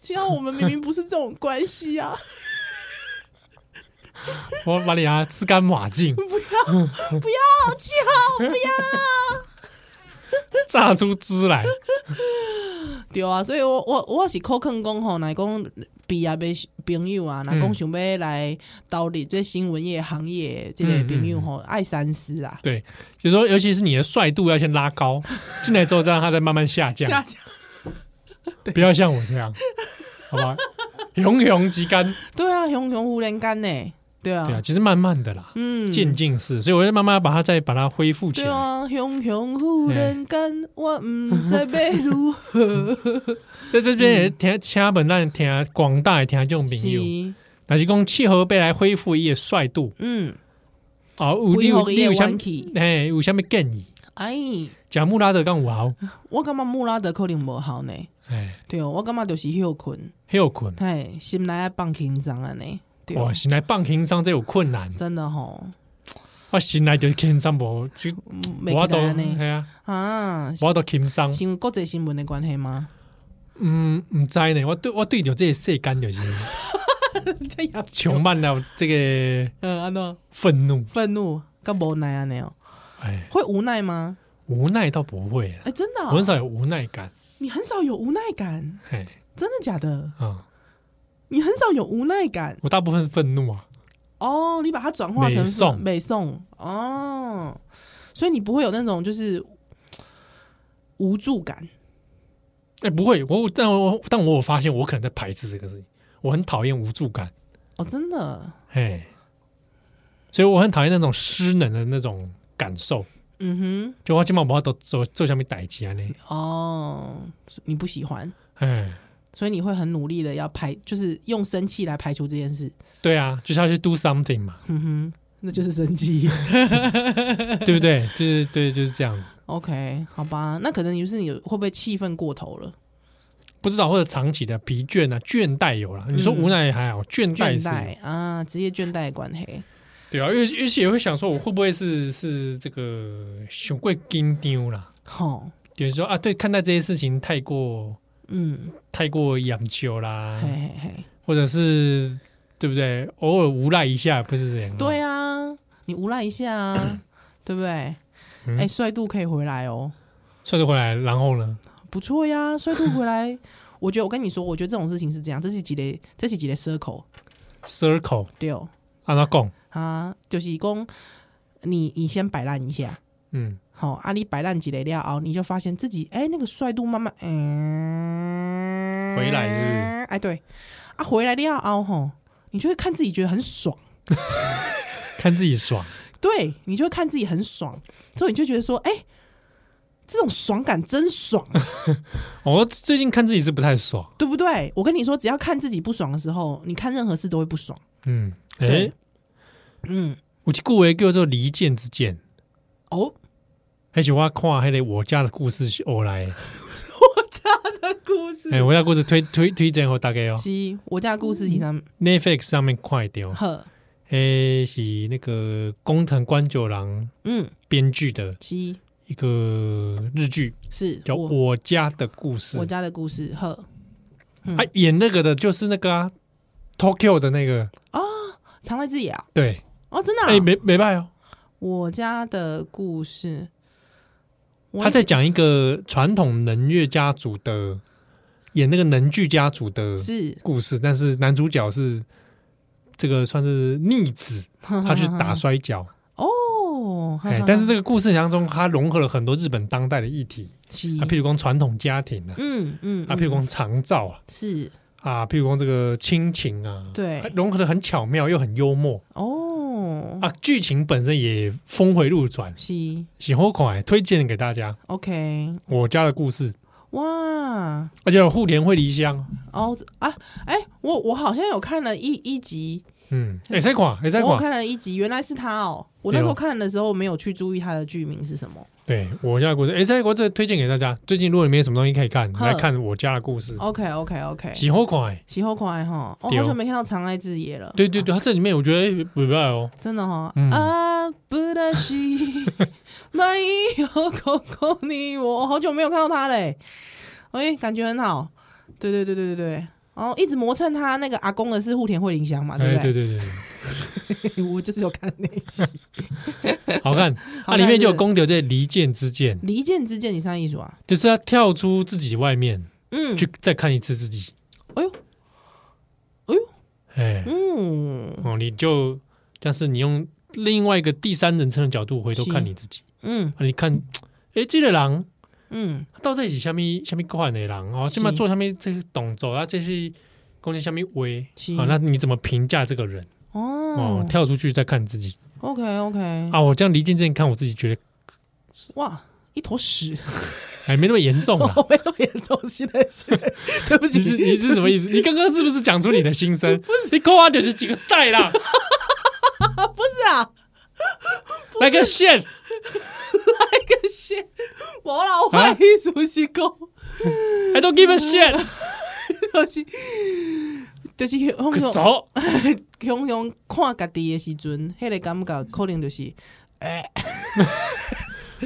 C: 这样我们明明不是这种关系 啊！
B: 我把你啊吃干抹净，
C: 不要，七号，不要。
B: 榨出汁来。
C: 对啊，所以我我我是扣坑讲吼，来讲毕业的朋友啊，
B: 嗯
C: 来讲想要来投入这新闻业行业
B: 嗯
C: 这类朋友吼，爱三思啦。
B: 对，就说尤其是你的帅度要先拉高，进来之后再让它再慢慢下降，
C: 降
B: 不要像我这样，好吧？熊熊即干，
C: 对啊，熊熊无人干呢，对啊，
B: 对啊，其实慢慢的啦，
C: 嗯，
B: 渐进式，所以我就慢慢把它再把它恢复起
C: 对
B: 来。
C: 啊，熊熊忽然间，我唔知要如何。
B: 在这边也听请本咱听广大的听众 朋友，
C: 是，
B: 但是讲契合被来恢复伊的帅度
C: 嗯，
B: 啊，有你
C: 恢
B: 有
C: 复
B: 你
C: 伊
B: 有
C: 的
B: 啥
C: 元气
B: 哎有啥物建议？
C: 哎，
B: 假穆拉德杠五豪，
C: 我感觉穆拉德可能无效呢，
B: 哎，
C: 对哦，我感觉就是休困，
B: 很有困，
C: 嘿，心内爱放轻松安尼，对哦
B: 哇，，醒来放轻松这有困难，
C: 真的吼，
B: 我醒来就是轻松无，其实
C: 袂
B: 我
C: 起
B: 都
C: 来安
B: 系
C: 尼
B: 啊，
C: 啊，是
B: 我都轻松，
C: 是因为国际新闻的关系吗？
B: 嗯，唔知呢，我对我对着这个世间就是
C: 这也
B: 充，满了这个
C: 呃，安怎
B: 愤怒，
C: 愤怒跟无奈安尼哦，
B: 哎，
C: 会无奈吗？
B: 无奈倒不会啦，
C: 哎，真的哦，
B: 我很少有无奈感，
C: 你很少有无奈感，
B: 哎，
C: 真的假的？
B: 啊，
C: 你很少有无奈感
B: 我大部分是愤怒啊，
C: 哦，你把它转化成
B: 美颂
C: 美颂哦，所以你不会有那种就是无助感
B: 哎，不会，我但我但我有发现我可能在排斥这个事情，我很讨厌无助感，
C: 哦，真的，
B: 哎，所以我很讨厌那种失能的那种感受。
C: 嗯
B: 就我今晚我都做做下面代志啊安尼，
C: 哼，哦，你不喜欢，
B: 哎，
C: 所以你会很努力的要排，就是用生气来排除这件事，
B: 对啊，就是要去 do something 嘛，
C: 嗯哼，那就是生 气。
B: 对不对？就是对，就是这样子。
C: OK，好吧，那可能就是你会不会气愤过头了？
B: 不知道或者长期的疲倦啊、倦怠有啦。你说无奈也还好，倦怠
C: 倦
B: 是，
C: 怠啊，职业倦怠的关系，
B: 对啊，而且而且也会想说，我会不会是是这个熊贵金丢啦？
C: 吼，
B: 就是说啊，对，看待这些事情太过
C: 嗯，
B: 太过严究啦
C: 嘿，嘿嘿，
B: 或者是对不对？偶尔无赖一下不是这样？
C: 对
B: 啊，
C: 啊，你无赖一 下啊，对不对？
B: 嗯
C: 哎、帅度可以回来哦，
B: 算得回来，然后呢？
C: 不错呀，帅度回来。 我觉得我跟你说，我觉得这种事情是这样，这是几类，这是几类 circle
B: circle
C: 对哦
B: 按他讲，
C: 啊，就是讲你你先摆烂一下，
B: 嗯，
C: 好、啊你摆烂几类料熬，你就发现自己哎、那个帅度慢慢嗯
B: 回来是不是
C: 哎对啊回来料熬吼，你就会看自己觉得很爽，
B: 看自己爽。
C: 对你就会看自己很爽，之后你就觉得说哎、这种爽感真爽，啊
B: 哦我最近看自己是不太爽。
C: 对不对？我跟你说，只要看自己不爽的时候，你看任何事都会不爽。
B: 嗯，哎、
C: 对嗯，
B: 有一句话叫做“离间之见
C: 哦，”，
B: 还是我看迄个我家的故事是学 来的。
C: 故事
B: 哎、我家故事推推推荐给大家哦、
C: 是我家的故事其实
B: n e t f l i x 上面看得到，
C: 呵，
B: 诶、是那个工藤官九郎
C: 嗯，
B: 编剧的
C: 是
B: 一个日剧，
C: 是
B: 叫《
C: 我
B: 我家的故事
C: 我》。家的嗯故事呵，
B: 啊，演那个的就是那个啊，Tokyo 的那个，
C: 长濑智也啊，
B: 对，
C: 哦，真的啊、
B: 哎、没没办哦，
C: 我家的故事，我
B: 他在讲一个传统能乐家族的，演那个能剧家族的
C: 是
B: 故事，但是男主角是这个算是逆子， 他去 打摔
C: 嗯
B: 跤。
C: 哦，呵
B: 哎
C: 呵，
B: 但是这个故事当中，它融合了很多日本当代的议题，
C: 是
B: 啊，譬如讲传统家庭啊，
C: 嗯嗯
B: 啊，譬如
C: 嗯
B: 讲长照啊，
C: 是
B: 啊，譬如讲这个亲情啊，
C: 对
B: 融合的很巧妙又很幽默
C: 哦，
B: 啊，剧情本身也峰回路转，
C: 是
B: 喜欢款推荐给大家。
C: OK，
B: 我家的故事，
C: 哇，
B: 而且有互联会离乡，
C: 哦啊，哎、我我好像有看了一一集，
B: 嗯，哎，再款，哎，再
C: 我有
B: 款，
C: 看了一集，原来是他哦。我那时
B: 对
C: 候
B: 哦
C: 看的时候没有去注意他的剧名是什么。
B: 对我家的故事，哎，再款这推荐给大家。最近如果你没有什么东西可以看，你来
C: 呵
B: 看我家的故事。
C: OK OK OK，
B: 喜欢款、欸，
C: 喜后快哈，哦，好
B: 对哦
C: 久没看到长爱之野了。
B: 对对对，它这里面我觉得不赖哦，
C: 真的哈、
B: 嗯
C: 啊，不得西，满意有狗狗你我，我哦好久没有看到他嘞，哎、感觉很好。对对对对对对，哦，一直磨蹭他那个阿公的是户田惠梨香嘛，啊对
B: 哎，
C: 不
B: 对
C: 对？
B: 对对，
C: 我就是有看那一集。
B: 对好看，它
C: 好看
B: 里面就是有公牛这离间之剑，
C: 离间之间，你上艺术啊？
B: 就是要跳出自己外面
C: 嗯，
B: 去再看一次自己，
C: 哎呦，哎呦，
B: 哎，
C: 嗯
B: 哦，你就但是你用另外一个第三人称的角度回头看你自己，
C: 嗯
B: 啊你看，哎，这个狼
C: 嗯，
B: 到底是下面下面款的狼哦，起码
C: 是
B: 做下面这个动作啊，这是攻击下面威，哦
C: 是
B: 好，那你怎么评价这个人？哦
C: 哦，
B: 跳出去再看自己
C: OK OK，
B: 啊，我这样离间之剑看我自己觉得
C: 哇，一坨屎，
B: 哎没那么严重啊。
C: 我没有严重心的水，对不
B: 你是
C: 起，
B: 你是什么意思？你刚刚是不是讲出你的心 声？你扣啊，就是几个赛啦，
C: 不是啊，
B: 来个线，
C: 跟谢无啦，我的意思是讲，
B: I don't give a shit，
C: 就是就是
B: 可哦
C: 凶凶
B: 手
C: 凶凶看家己的时阵，迄个感觉可 能就是，哎，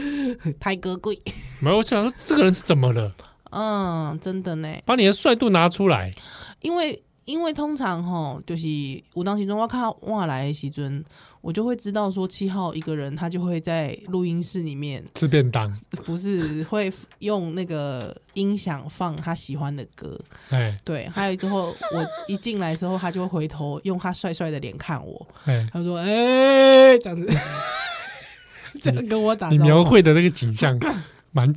C: 太高贵。
B: 没有，我想说这个人是怎么了？
C: 嗯，真的呢，
B: 把你的帅度拿出来，
C: 因为因为通常吼，就是有当时中我看到哇来的时阵，我就会知道说七号一个人，他就会在录音室里面，
B: 吃便当，
C: 不是会用那个音响放他喜欢的歌。
B: 哎
C: 对，还有之后我一进来之后，他就会回头用他帅帅的脸看我，
B: 哎，
C: 他说：“哎、这样子，这样跟我打
B: 你
C: 招
B: 描
C: 呼，
B: 绘的那个景象，蛮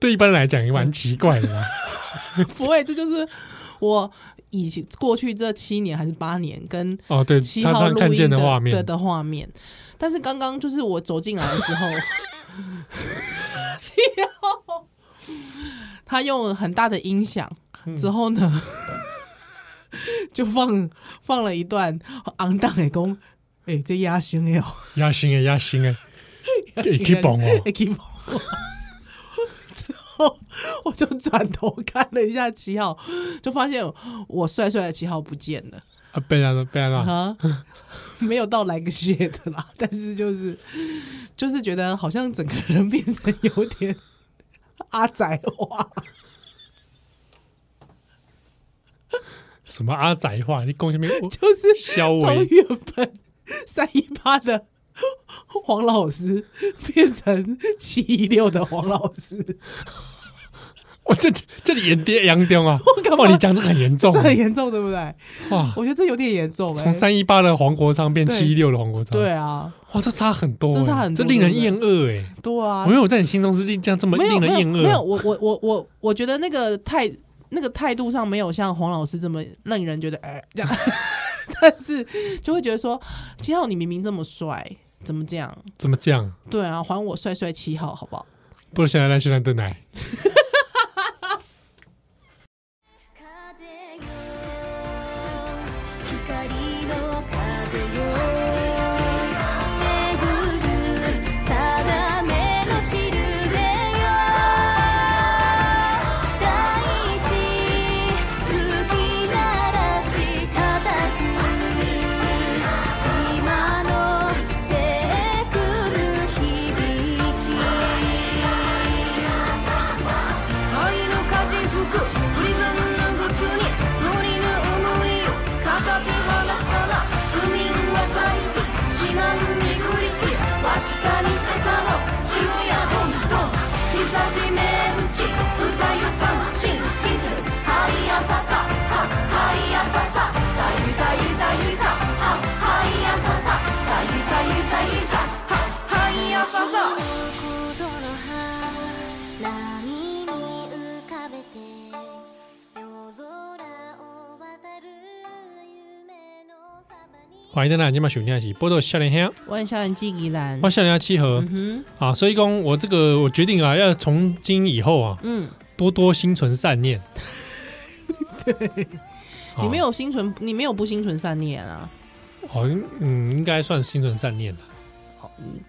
B: 对一般人来讲也蛮奇怪的啊 啦。
C: 不会，这就是我以前过去这七年还是八年跟
B: 哦，对，
C: 七
B: 常
C: 号
B: 常
C: 录
B: 看
C: 音
B: 见
C: 的
B: 画
C: 对
B: 面，
C: 的画面。但是刚刚就是我走进来的时候，七号他用很大的音响，之后呢，就放放了一段昂荡的功。哎、这压声哎哦，
B: 压心哎，压心 哎，会
C: 啊
B: 去蹦哦
C: 会去蹦哦之后我就转头看了一下七号，就发现我帅帅的七号不见了。
B: 啊，被他被他了，
C: 啊， 没有到来个血的啦， 但是就是就是觉得好像整个人变成有点阿仔化，
B: 什么阿仔话，你讲 什么？
C: 就是
B: 肖
C: 从
B: 维
C: 原本三一八的黄老师变成七一六的黄老师，
B: 我这这里严爹杨丢啊！
C: 我干嘛
B: 哇，你讲这个很严重啊
C: 这很严重，对不对？
B: 哇！
C: 我觉得这有点严重、欸，
B: 从三一八的黄国昌变
C: 对
B: 七一六的黄国昌，
C: 对啊，
B: 哇，这差很多欸，
C: 这差很多
B: 这令人
C: 对不
B: 厌恶哎！
C: 对啊
B: 我因，为我在你心中是令这样这么
C: 没有
B: 令
C: 没
B: 人
C: 有
B: 厌恶，啊
C: 没有，我我我我我觉得那个态那个态度上没有像黄老师这么让人觉得哎、这样， 但是就会觉得说七号你明明这么帅，怎么这样？
B: 怎么这样？
C: 对啊，还我帅帅七号好不好？
B: 不如现在来去来邓奶，
A: 風よ光の風よ巡る定めのしるべよ大地吹き鳴らしたたく島の出くる響き
D: 愛の風吹くプリズンの靴に無理の思いを片手放さな海は大地島巡り地明日にせたの渋谷どんどん手さじめ打ち歌よ三振ティトルはいやささははいやさささゆさゆさゆさははいやさささゆさゆさゆさははいやささ
A: 「泥波に浮かべて」「夜空を渡る夢のそばに」
B: 欢迎邓奶今晚选听的是波多笑脸香，
C: 万象人纪宜兰
B: 欢，迎笑脸香七和
C: 嗯
B: 啊！所以讲我这个我决定啊，要从今以后啊，
C: 嗯，
B: 多多心存善 念。啊对哦
C: 你没有心存，你没有不心存善念啊？
B: 好，嗯，应该算心存善念了。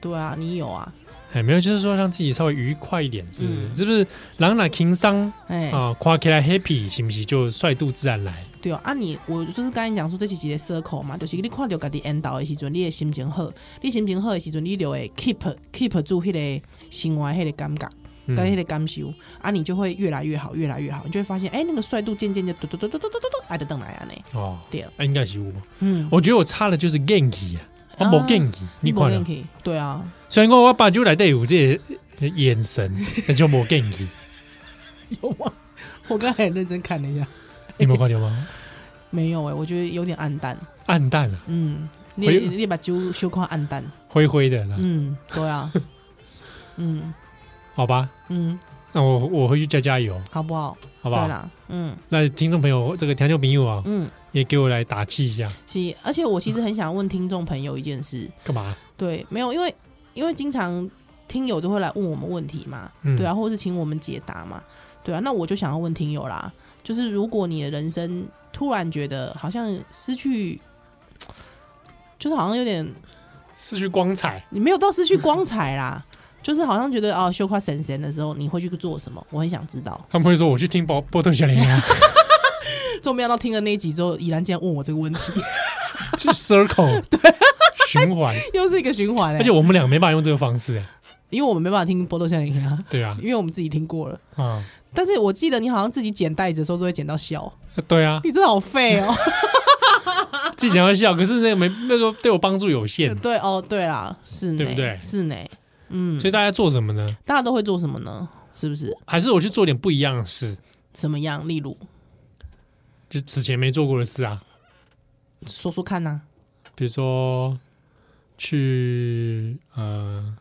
C: 对啊，你有啊？
B: 哎，没有，就是说让自己稍微愉快一点，是不是？
C: 嗯
B: 是不是？人若情商
C: 哎、
B: 啊，夸起来 happy，是不是就帅度自然来？
C: 对啊，啊你我就是刚才讲说这是一个 circle 嘛，就是你看到家己缘投的时阵，你的心情好，你心情好的时阵，你就会 keep keep 住迄个生活迄个感觉，
B: 嗯
C: 跟迄个感受，啊你就会越来越好，越来越好，你就会发现，哎、那个帅度渐渐就嘟嘟嘟嘟嘟嘟嘟嘟，哎，就等来啊呢，
B: 哦，
C: 对
B: 啊应该是我。
C: 嗯，
B: 我觉得我差的就是 g a n k 啊，我冇 g a n k 你看啊，
C: 可以，对啊，
B: 虽然讲我爸就来带有这个眼 神，但就冇 g a n k
C: 有吗？我刚才很认真看了一下，
B: 你们看到吗？
C: 没有哎、我觉得有点暗淡，
B: 暗淡啊，
C: 嗯，你
B: 我有
C: 你把酒修看暗淡，
B: 灰灰的啦，
C: 嗯，对 啊，嗯
B: 好吧，
C: 嗯，
B: 那我我回去加加油，
C: 好不好？
B: 好不好
C: 对？啦，嗯
B: 那听众朋友，这个调酒朋友啊，
C: 嗯。
B: 也给我来打气一下，
C: 是，而且我其实很想问听众朋友一件事，
B: 干嘛？
C: 对，没有，因为因为经常听友都会来问我们问题嘛，
B: 嗯
C: 对啊，或是请我们解答嘛，对啊，那我就想要问听友啦，就是如果你的人生突然觉得好像失去，就是好像有点
B: 失去光彩，
C: 你没有到失去光彩啦，就是好像觉得哦，羞夸神神的时候，你会去做什么？我很想知道。
B: 他们会说我去听波波特小林啊，
C: 就没想到听了那一集之后，怡然竟然问我这个问题，
B: 去 circle 循环，
C: 又是一个循环、欸。
B: 而且我们俩没办法用这个方式、欸，
C: 因为我们没办法听波多夏令啊，
B: 对啊，
C: 因为我们自己听过了。
B: 啊、
C: 但是我记得你好像自己剪袋子的时候都会剪到笑，
B: 对啊，
C: 你真的好废哦。
B: 自己讲会笑，可是那个没那个对我帮助有限，
C: 对哦，对啦，是呢，
B: 对不对
C: 是呢，嗯
B: 所，以大家做什么呢？
C: 大家都会做什么呢？是不是？
B: 还是我去做点不一样的事，
C: 什么样？例如
B: 就之前没做过的事啊，
C: 说说看呐、啊
B: 比如说去呃，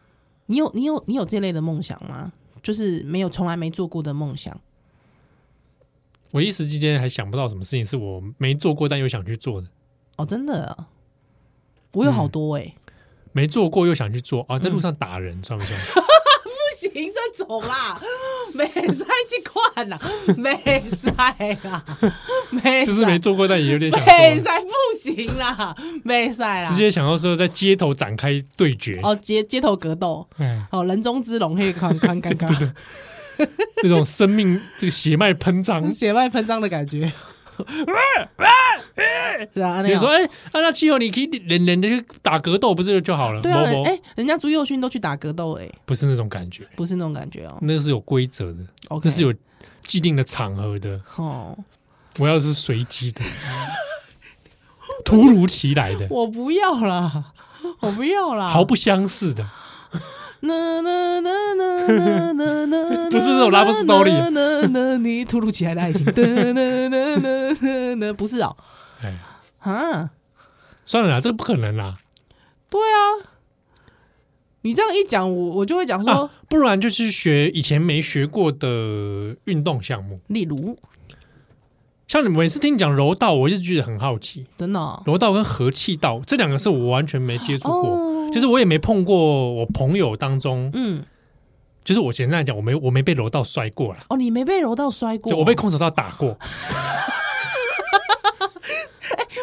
C: 你有你有你有这类的梦想吗？就是没有从来没做过的梦想，
B: 我一时之间还想不到什么事情是我没做过但又想去做的，
C: 哦，真的啊，我有好多哎、
B: 没做过又想去做啊，在路上打人、算不算？
C: 不行，这种啊啦， 没塞去看啦， 没塞啦， 没
B: 就是没
C: 塞，
B: 做过但也有点想
C: 没
B: 做，
C: 塞不行啦，没塞啦，
B: 直接想到说在街头展开对决，
C: 哦街街头格斗，
B: 哎，
C: 哦人中之龙可以看看看看，。
B: 这种生命这个血脉喷张
C: 血脉喷张的感 觉。对啊，
B: 比
C: 你
B: 如说，哎、啊，那气候你可以连连的去打格斗，不是就好了？
C: 对啊，
B: 某
C: 人
B: 某
C: 哎、人家朱佑勋都去打格斗哎、
B: 不是那种感觉，
C: 不是那种感觉哦、
B: 那个是有规则的，
C: 哦 OK，
B: 那哦是有既定的场合的。
C: 哦，
B: 我要的是随机 的，突如其来的，
C: 我不要啦， 我不要啦，
B: 毫不相似的，
C: 呐呐呐呐呐 呐呐，
B: 不是那种 Love Story
C: 呐呐呐，你突如其来的爱情， 呐呐呐呐呐呐，不是哦，
B: 哎，
C: 啊，
B: 算了啦，这个不可能啦。
C: 对啊，你这样一讲，我我就会讲说
B: 啊，，不然就是学以前没学过的运动项目，
C: 例如，
B: 像你们每次听你讲柔道，我就觉得很好奇。
C: 真的哦
B: 柔道跟和气道这两个是我完全没接触过，
C: 哦
B: 就是我也没碰过。我朋友当中，
C: 嗯，
B: 就是我简单来讲，我没我没被柔道摔过啦，
C: 哦，你没被柔道摔过，
B: 就我被空手道打过。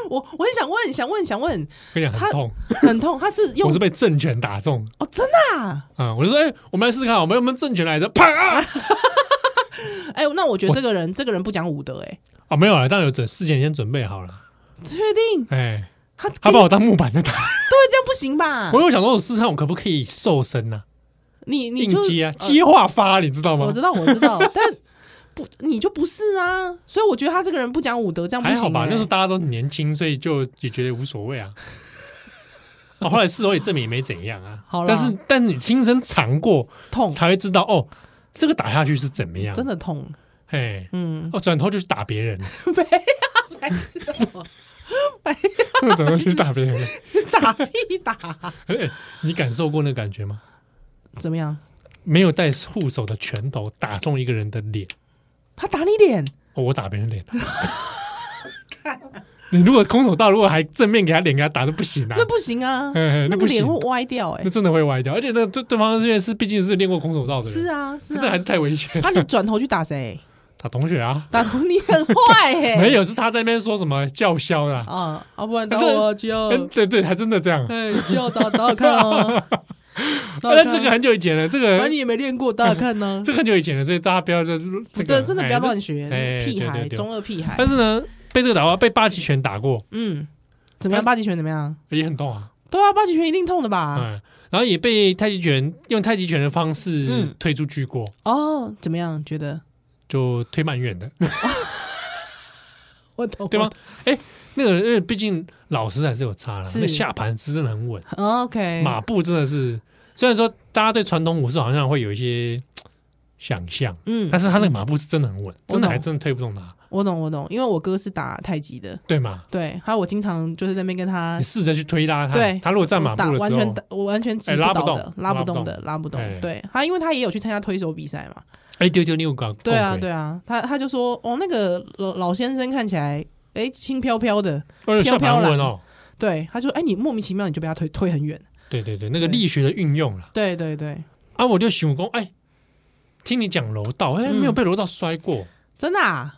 C: 我我很想问，想问，想问，
B: 跟你讲很
C: 他
B: 痛，
C: 很痛，他是用
B: 我是被正拳打中
C: 哦，真的、啊，
B: 啊、嗯我就说，哎、我们来试试看，我们我们正拳来着，啪啊！
C: 哎、那我觉得这个人，这个人不讲武德、哎，
B: 啊没有了，当然有准事前先准备好了。
C: 确定
B: 哎、
C: 他
B: 他把
C: 对
B: 我当木板在打，
C: 这样不行吧
B: 我？有想说，我试试看我可不可以瘦身呢、
C: 你你
B: 应
C: 就呃
B: 接啊，接话发，你知道吗
C: 我？知道，我 知道，但不，你就不是啊，所以我觉得他这个人不讲武德，这样不
B: 还
C: 行、欸。
B: 好吧，那时候大家都很年轻，所以就也觉得无所谓 啊。啊，后来事后也证明也没怎样啊。
C: 好啦
B: 但是但你亲身尝过，
C: 痛，
B: 才会知道哦，这个打下去是怎么样。
C: 真，的痛，
B: 哎，
C: 嗯，
B: 哦，转头就去打 别人，
C: 白痴哦
B: 转头就去打别人。
C: 打屁打，
B: 哎你感受过那个感觉吗？
C: 怎么样？
B: 没有带护手的拳头打中一个人的脸，
C: 他打你脸，
B: 哦，我打别人脸 了。你如果空手道，如果还正面给他脸给他打，都不行啊
C: 那。不行 啊，
B: 嘿嘿那
C: 那
B: 不
C: 个
B: 行
C: 脸会歪掉、欸，
B: 那
C: 哎，
B: 真的会歪掉。而且那对对方这边是毕竟是练过空手道的人，
C: 是啊，是
B: 那这还
C: 啊
B: 是。太危险。
C: 他你转头去打谁？
B: 打同学啊，
C: 打头你很坏哎、欸，
B: 没有是他在那边说什么叫嚣啦，
C: 啊，要不然打
B: 可是
C: 我就
B: 嗯，对对，还真的这样。
C: 哎叫打打我看 啊，打我
B: 但
C: 看
B: 哎这个很久以前了，这
C: 反正
B: 个
C: 你也没练过，打我看啊呢、
B: 这个很久以前了，所以大家不要这这
C: 对，
B: 个
C: 真的不要乱。学
B: 哎，
C: 屁
B: 对对
C: 孩，
B: 对
C: 中二屁
B: 哎
C: 孩
B: 但。是呢，被这个打过，被八极拳打过
C: 嗯，怎么样？八极拳怎么样？
B: 也很痛啊，
C: 对啊，八极拳一定痛的吧？
B: 嗯，然后也被太极拳用太极拳的方式
C: 嗯
B: 推出去过，
C: 哦，怎么样？觉得
B: 就推蛮远的，
C: 我懂
B: 对吗？？哎，那个人因为毕竟老师还是有差啦，
C: 是
B: 那下盘是真的很稳。
C: 哦 OK，
B: 马步真的是，虽然说大家对传统武术好像会有一些想象，
C: 嗯，
B: 但是他那个马步是真的很稳，
C: 我
B: 真的还
C: 懂
B: 真的推不动他，
C: 我懂我懂，因为我哥是打太极的，
B: 对吗？
C: 对，还有我经常就是在那边跟他
B: 你试着去推拉他，
C: 啊对
B: 他如果站马
C: 打
B: 步的
C: 完
B: 时
C: 全
B: 候，
C: 打我完全击
B: 哎拉不
C: 倒
B: 动
C: 的，拉
B: 拉
C: 不
B: 不
C: 动
B: 动
C: 的，拉不
B: 哎
C: 动。对他，因为他也有去参加推手比赛嘛，
B: 哎，丢丢你有搞，欸
C: 对啊
B: 碰过
C: 对，啊，他他就说哦，那个老老先生看起来哎轻飘飘的，
B: 而且
C: 飘
B: 下
C: 飘
B: 盘
C: 然
B: 稳哦，
C: 对，他就哎你莫名其妙你就被他推推很远，
B: 对对对，那个
C: 对
B: 力学的运用了
C: 对对对，
B: 啊，我就想讲，哎，听你讲柔道，哎，
C: 嗯
B: 没有被柔道摔过，
C: 真的啊，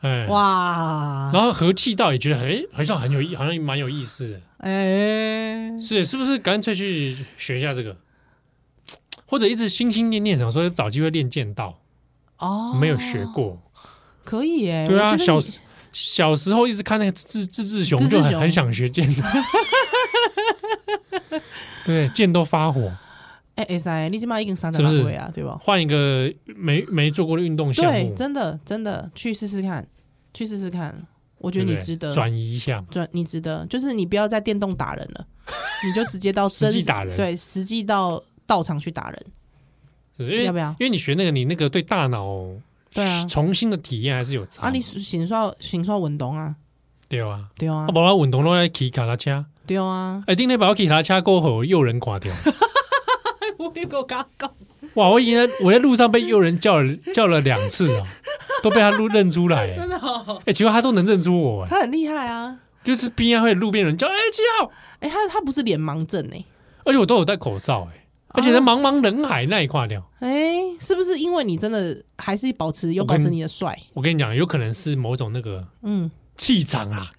B: 哎，
C: 哇，
B: 然后和气道也觉得，哎，好像很有意，好像蛮有意思的，
C: 哎，
B: 是是不是？干脆去学一下这个，或者一直心心念念想说找机会练剑道，
C: 哦，
B: 没有学，过。
C: 可以耶，
B: 对
C: 我觉
B: 啊，
C: 得
B: 小
C: 你
B: 时小时候一直看那个志志志雄，
C: 志志
B: 就很
C: 雄
B: 很想学剑 道。对，剑都发火。
C: 哎哎塞，你起码已经三十
B: 是不
C: 八
B: 是
C: 岁啊，对吧？
B: 换一个没没做过的运动项
C: 对，
B: 目，
C: 真的真的去试试看，去试试看，我觉
B: 对
C: 得
B: 不
C: 你
B: 对
C: 值得
B: 转移一下嘛。
C: 转你值得，就是你不要在电动打人 了，你就直接到
B: 实
C: 真
B: 际打人
C: 对，实际到道场去打人。
B: 是因为
C: 要不要
B: 因为你学那个，你那个对大脑
C: 对啊
B: 重新的体验还是有差嘛。
C: 啊，你行刷行刷运动啊，
B: 对啊，
C: 对啊
B: 啊，，无我运动拢爱骑脚踏车，
C: 对啊，
B: 哎，顶日把我骑脚踏车过后，诱人看 掉。
C: 我也给我讲讲，
B: 哇，我已经在我在路上被诱人叫了叫了两次啊，都被他路认出来。哎
C: 的、哦，
B: 哎，结果他都能认出我，哎，
C: 他很厉害啊，
B: 就是边上会有路边人叫，哎，七号，
C: 哎、他他不是脸盲症哎、
B: 而且我都有戴口罩，哎，
C: 啊
B: 而且在茫茫人海那一块掉。
C: 哎、是不是因为你真的还是保持有
B: 我
C: 保
B: 跟
C: 持你的帅？
B: 我跟你讲，有可能是某种那个
C: 嗯，
B: 气场 啊，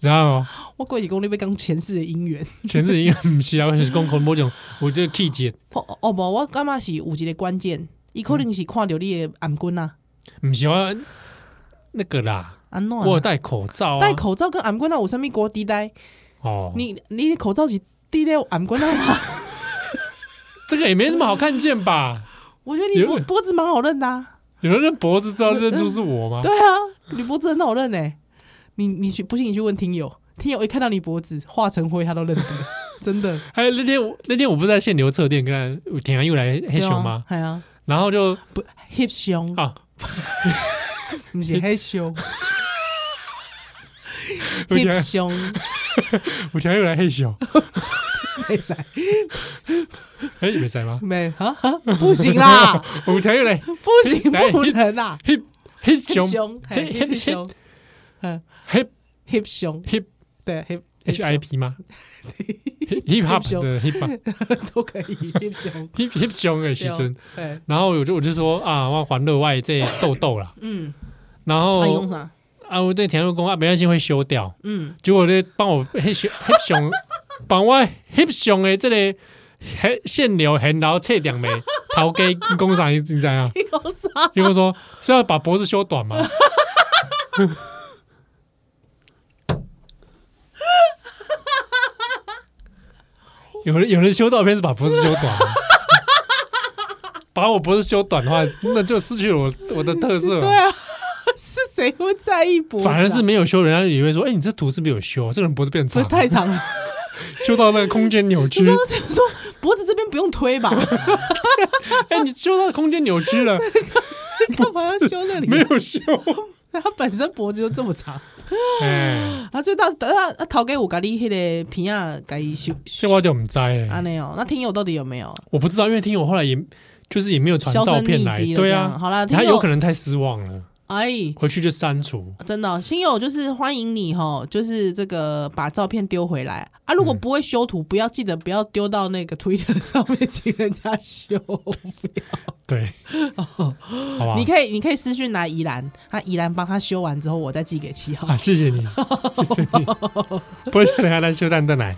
B: 知道吗？
C: 我过几公里被讲前世的姻缘。
B: 前阵因为不是啊，我是讲可能某种，我觉得气节
C: 哦哦不，我感觉是有一个关键，伊可能是看到你的颔棍啊，
B: 不是我那个啦，
C: 安怎啊？
B: 我有戴口罩、啊，
C: 戴口罩跟颔棍啊有啥物国地带？
B: 哦，
C: 你你的口罩是滴在颔棍那吗？
B: 这个也没什么好看见吧？
C: 我觉得你
B: 有
C: 脖
B: 点
C: 脖子蛮好认的、啊，
B: 有人认脖子知道认出是我吗
C: 对？啊，你脖子很好认诶、你你去不信你去问听友，听友一看到你脖子化成灰他都认得， 真的。
B: 还有那天我那天我不是在限流测店跟他田阳又来黑熊吗？
C: 系啊，
B: 然后就
C: 不黑熊
B: 啊，
C: 不是 黑熊，
B: 我
C: 黑
B: 田
C: 熊，
B: 我田阳又来黑熊，
C: 没塞
B: 哎，没塞吗？
C: 没啊， 哈不行啦，
B: 我田阳又来
C: 不行
B: 来
C: 不能啦，
B: 黑黑
C: 黑
B: 熊
C: 熊，
B: 黑
C: 嘿黑
B: 黑
C: 熊，嗯，
B: 黑
C: 黑熊，
B: 黑
C: 对黑
B: H I P 吗？Hip hip
C: Hip
B: hop
C: hop
B: 的 hip hop
C: 都可以，黑熊，
B: hip hip 熊的时阵，
C: 对，啊
B: 然后我就我就说啊，我欢乐外这痘痘啦，
C: 嗯，
B: 然后
C: 啊用啥？
B: 啊，我对田路公啊，没关系会修掉，
C: 嗯，
B: 结果咧帮我 hip 熊 hip 熊帮我 hip 熊的这个黑腺瘤很老切两枚，头给工厂你知道啊？
C: 你讲啥？
B: 因为我说是要把脖子修短吗？有人有人修照片是把脖子修短吗，把我脖子修短的话，那就失去了我我的特色
C: 对
B: 了。
C: 啊， 是谁会在意脖子啊？
B: 反而是没有修，人家以为说，哎、你这图是不是有修？这个人脖子变
C: 不
B: 长了，
C: 是太长了，
B: 修到那个空间扭
C: 就
B: 曲
C: 说。就说脖子这边不用推吧，
B: 哎、你修到空间扭曲 了，
C: 干嘛要修那里？
B: 没有 修。
C: 他本身脖子就这么长，
B: 哎、
C: 啊，就到等下啊，头给我咖喱迄个皮啊，给伊修
B: 这我就不知道了。
C: 安尼哦。那听友到底有没有
B: 我不知道，因为听友后来也就是也没有传
C: 销
B: 照
C: 声
B: 片
C: 匿
B: 来，
C: 迹了？
B: 对
C: 这
B: 啊
C: 样，好啦，听
B: 他有
C: 友
B: 可，能太失望了，
C: 哎，
B: 回去就删 除。
C: 真的哦、新友就是欢迎你哈，就是这个把照片丢回来啊。如果不会修图，不要记得不要丢到那个 Twitter 上面，请人家修。
B: 对， 好吧
C: 哦你，可以，你可以私讯来宜兰，他宜兰帮他修完之后，我再寄给七号
B: 啊，。谢谢你，谢谢你，不会像人家来修蛋蛋奶。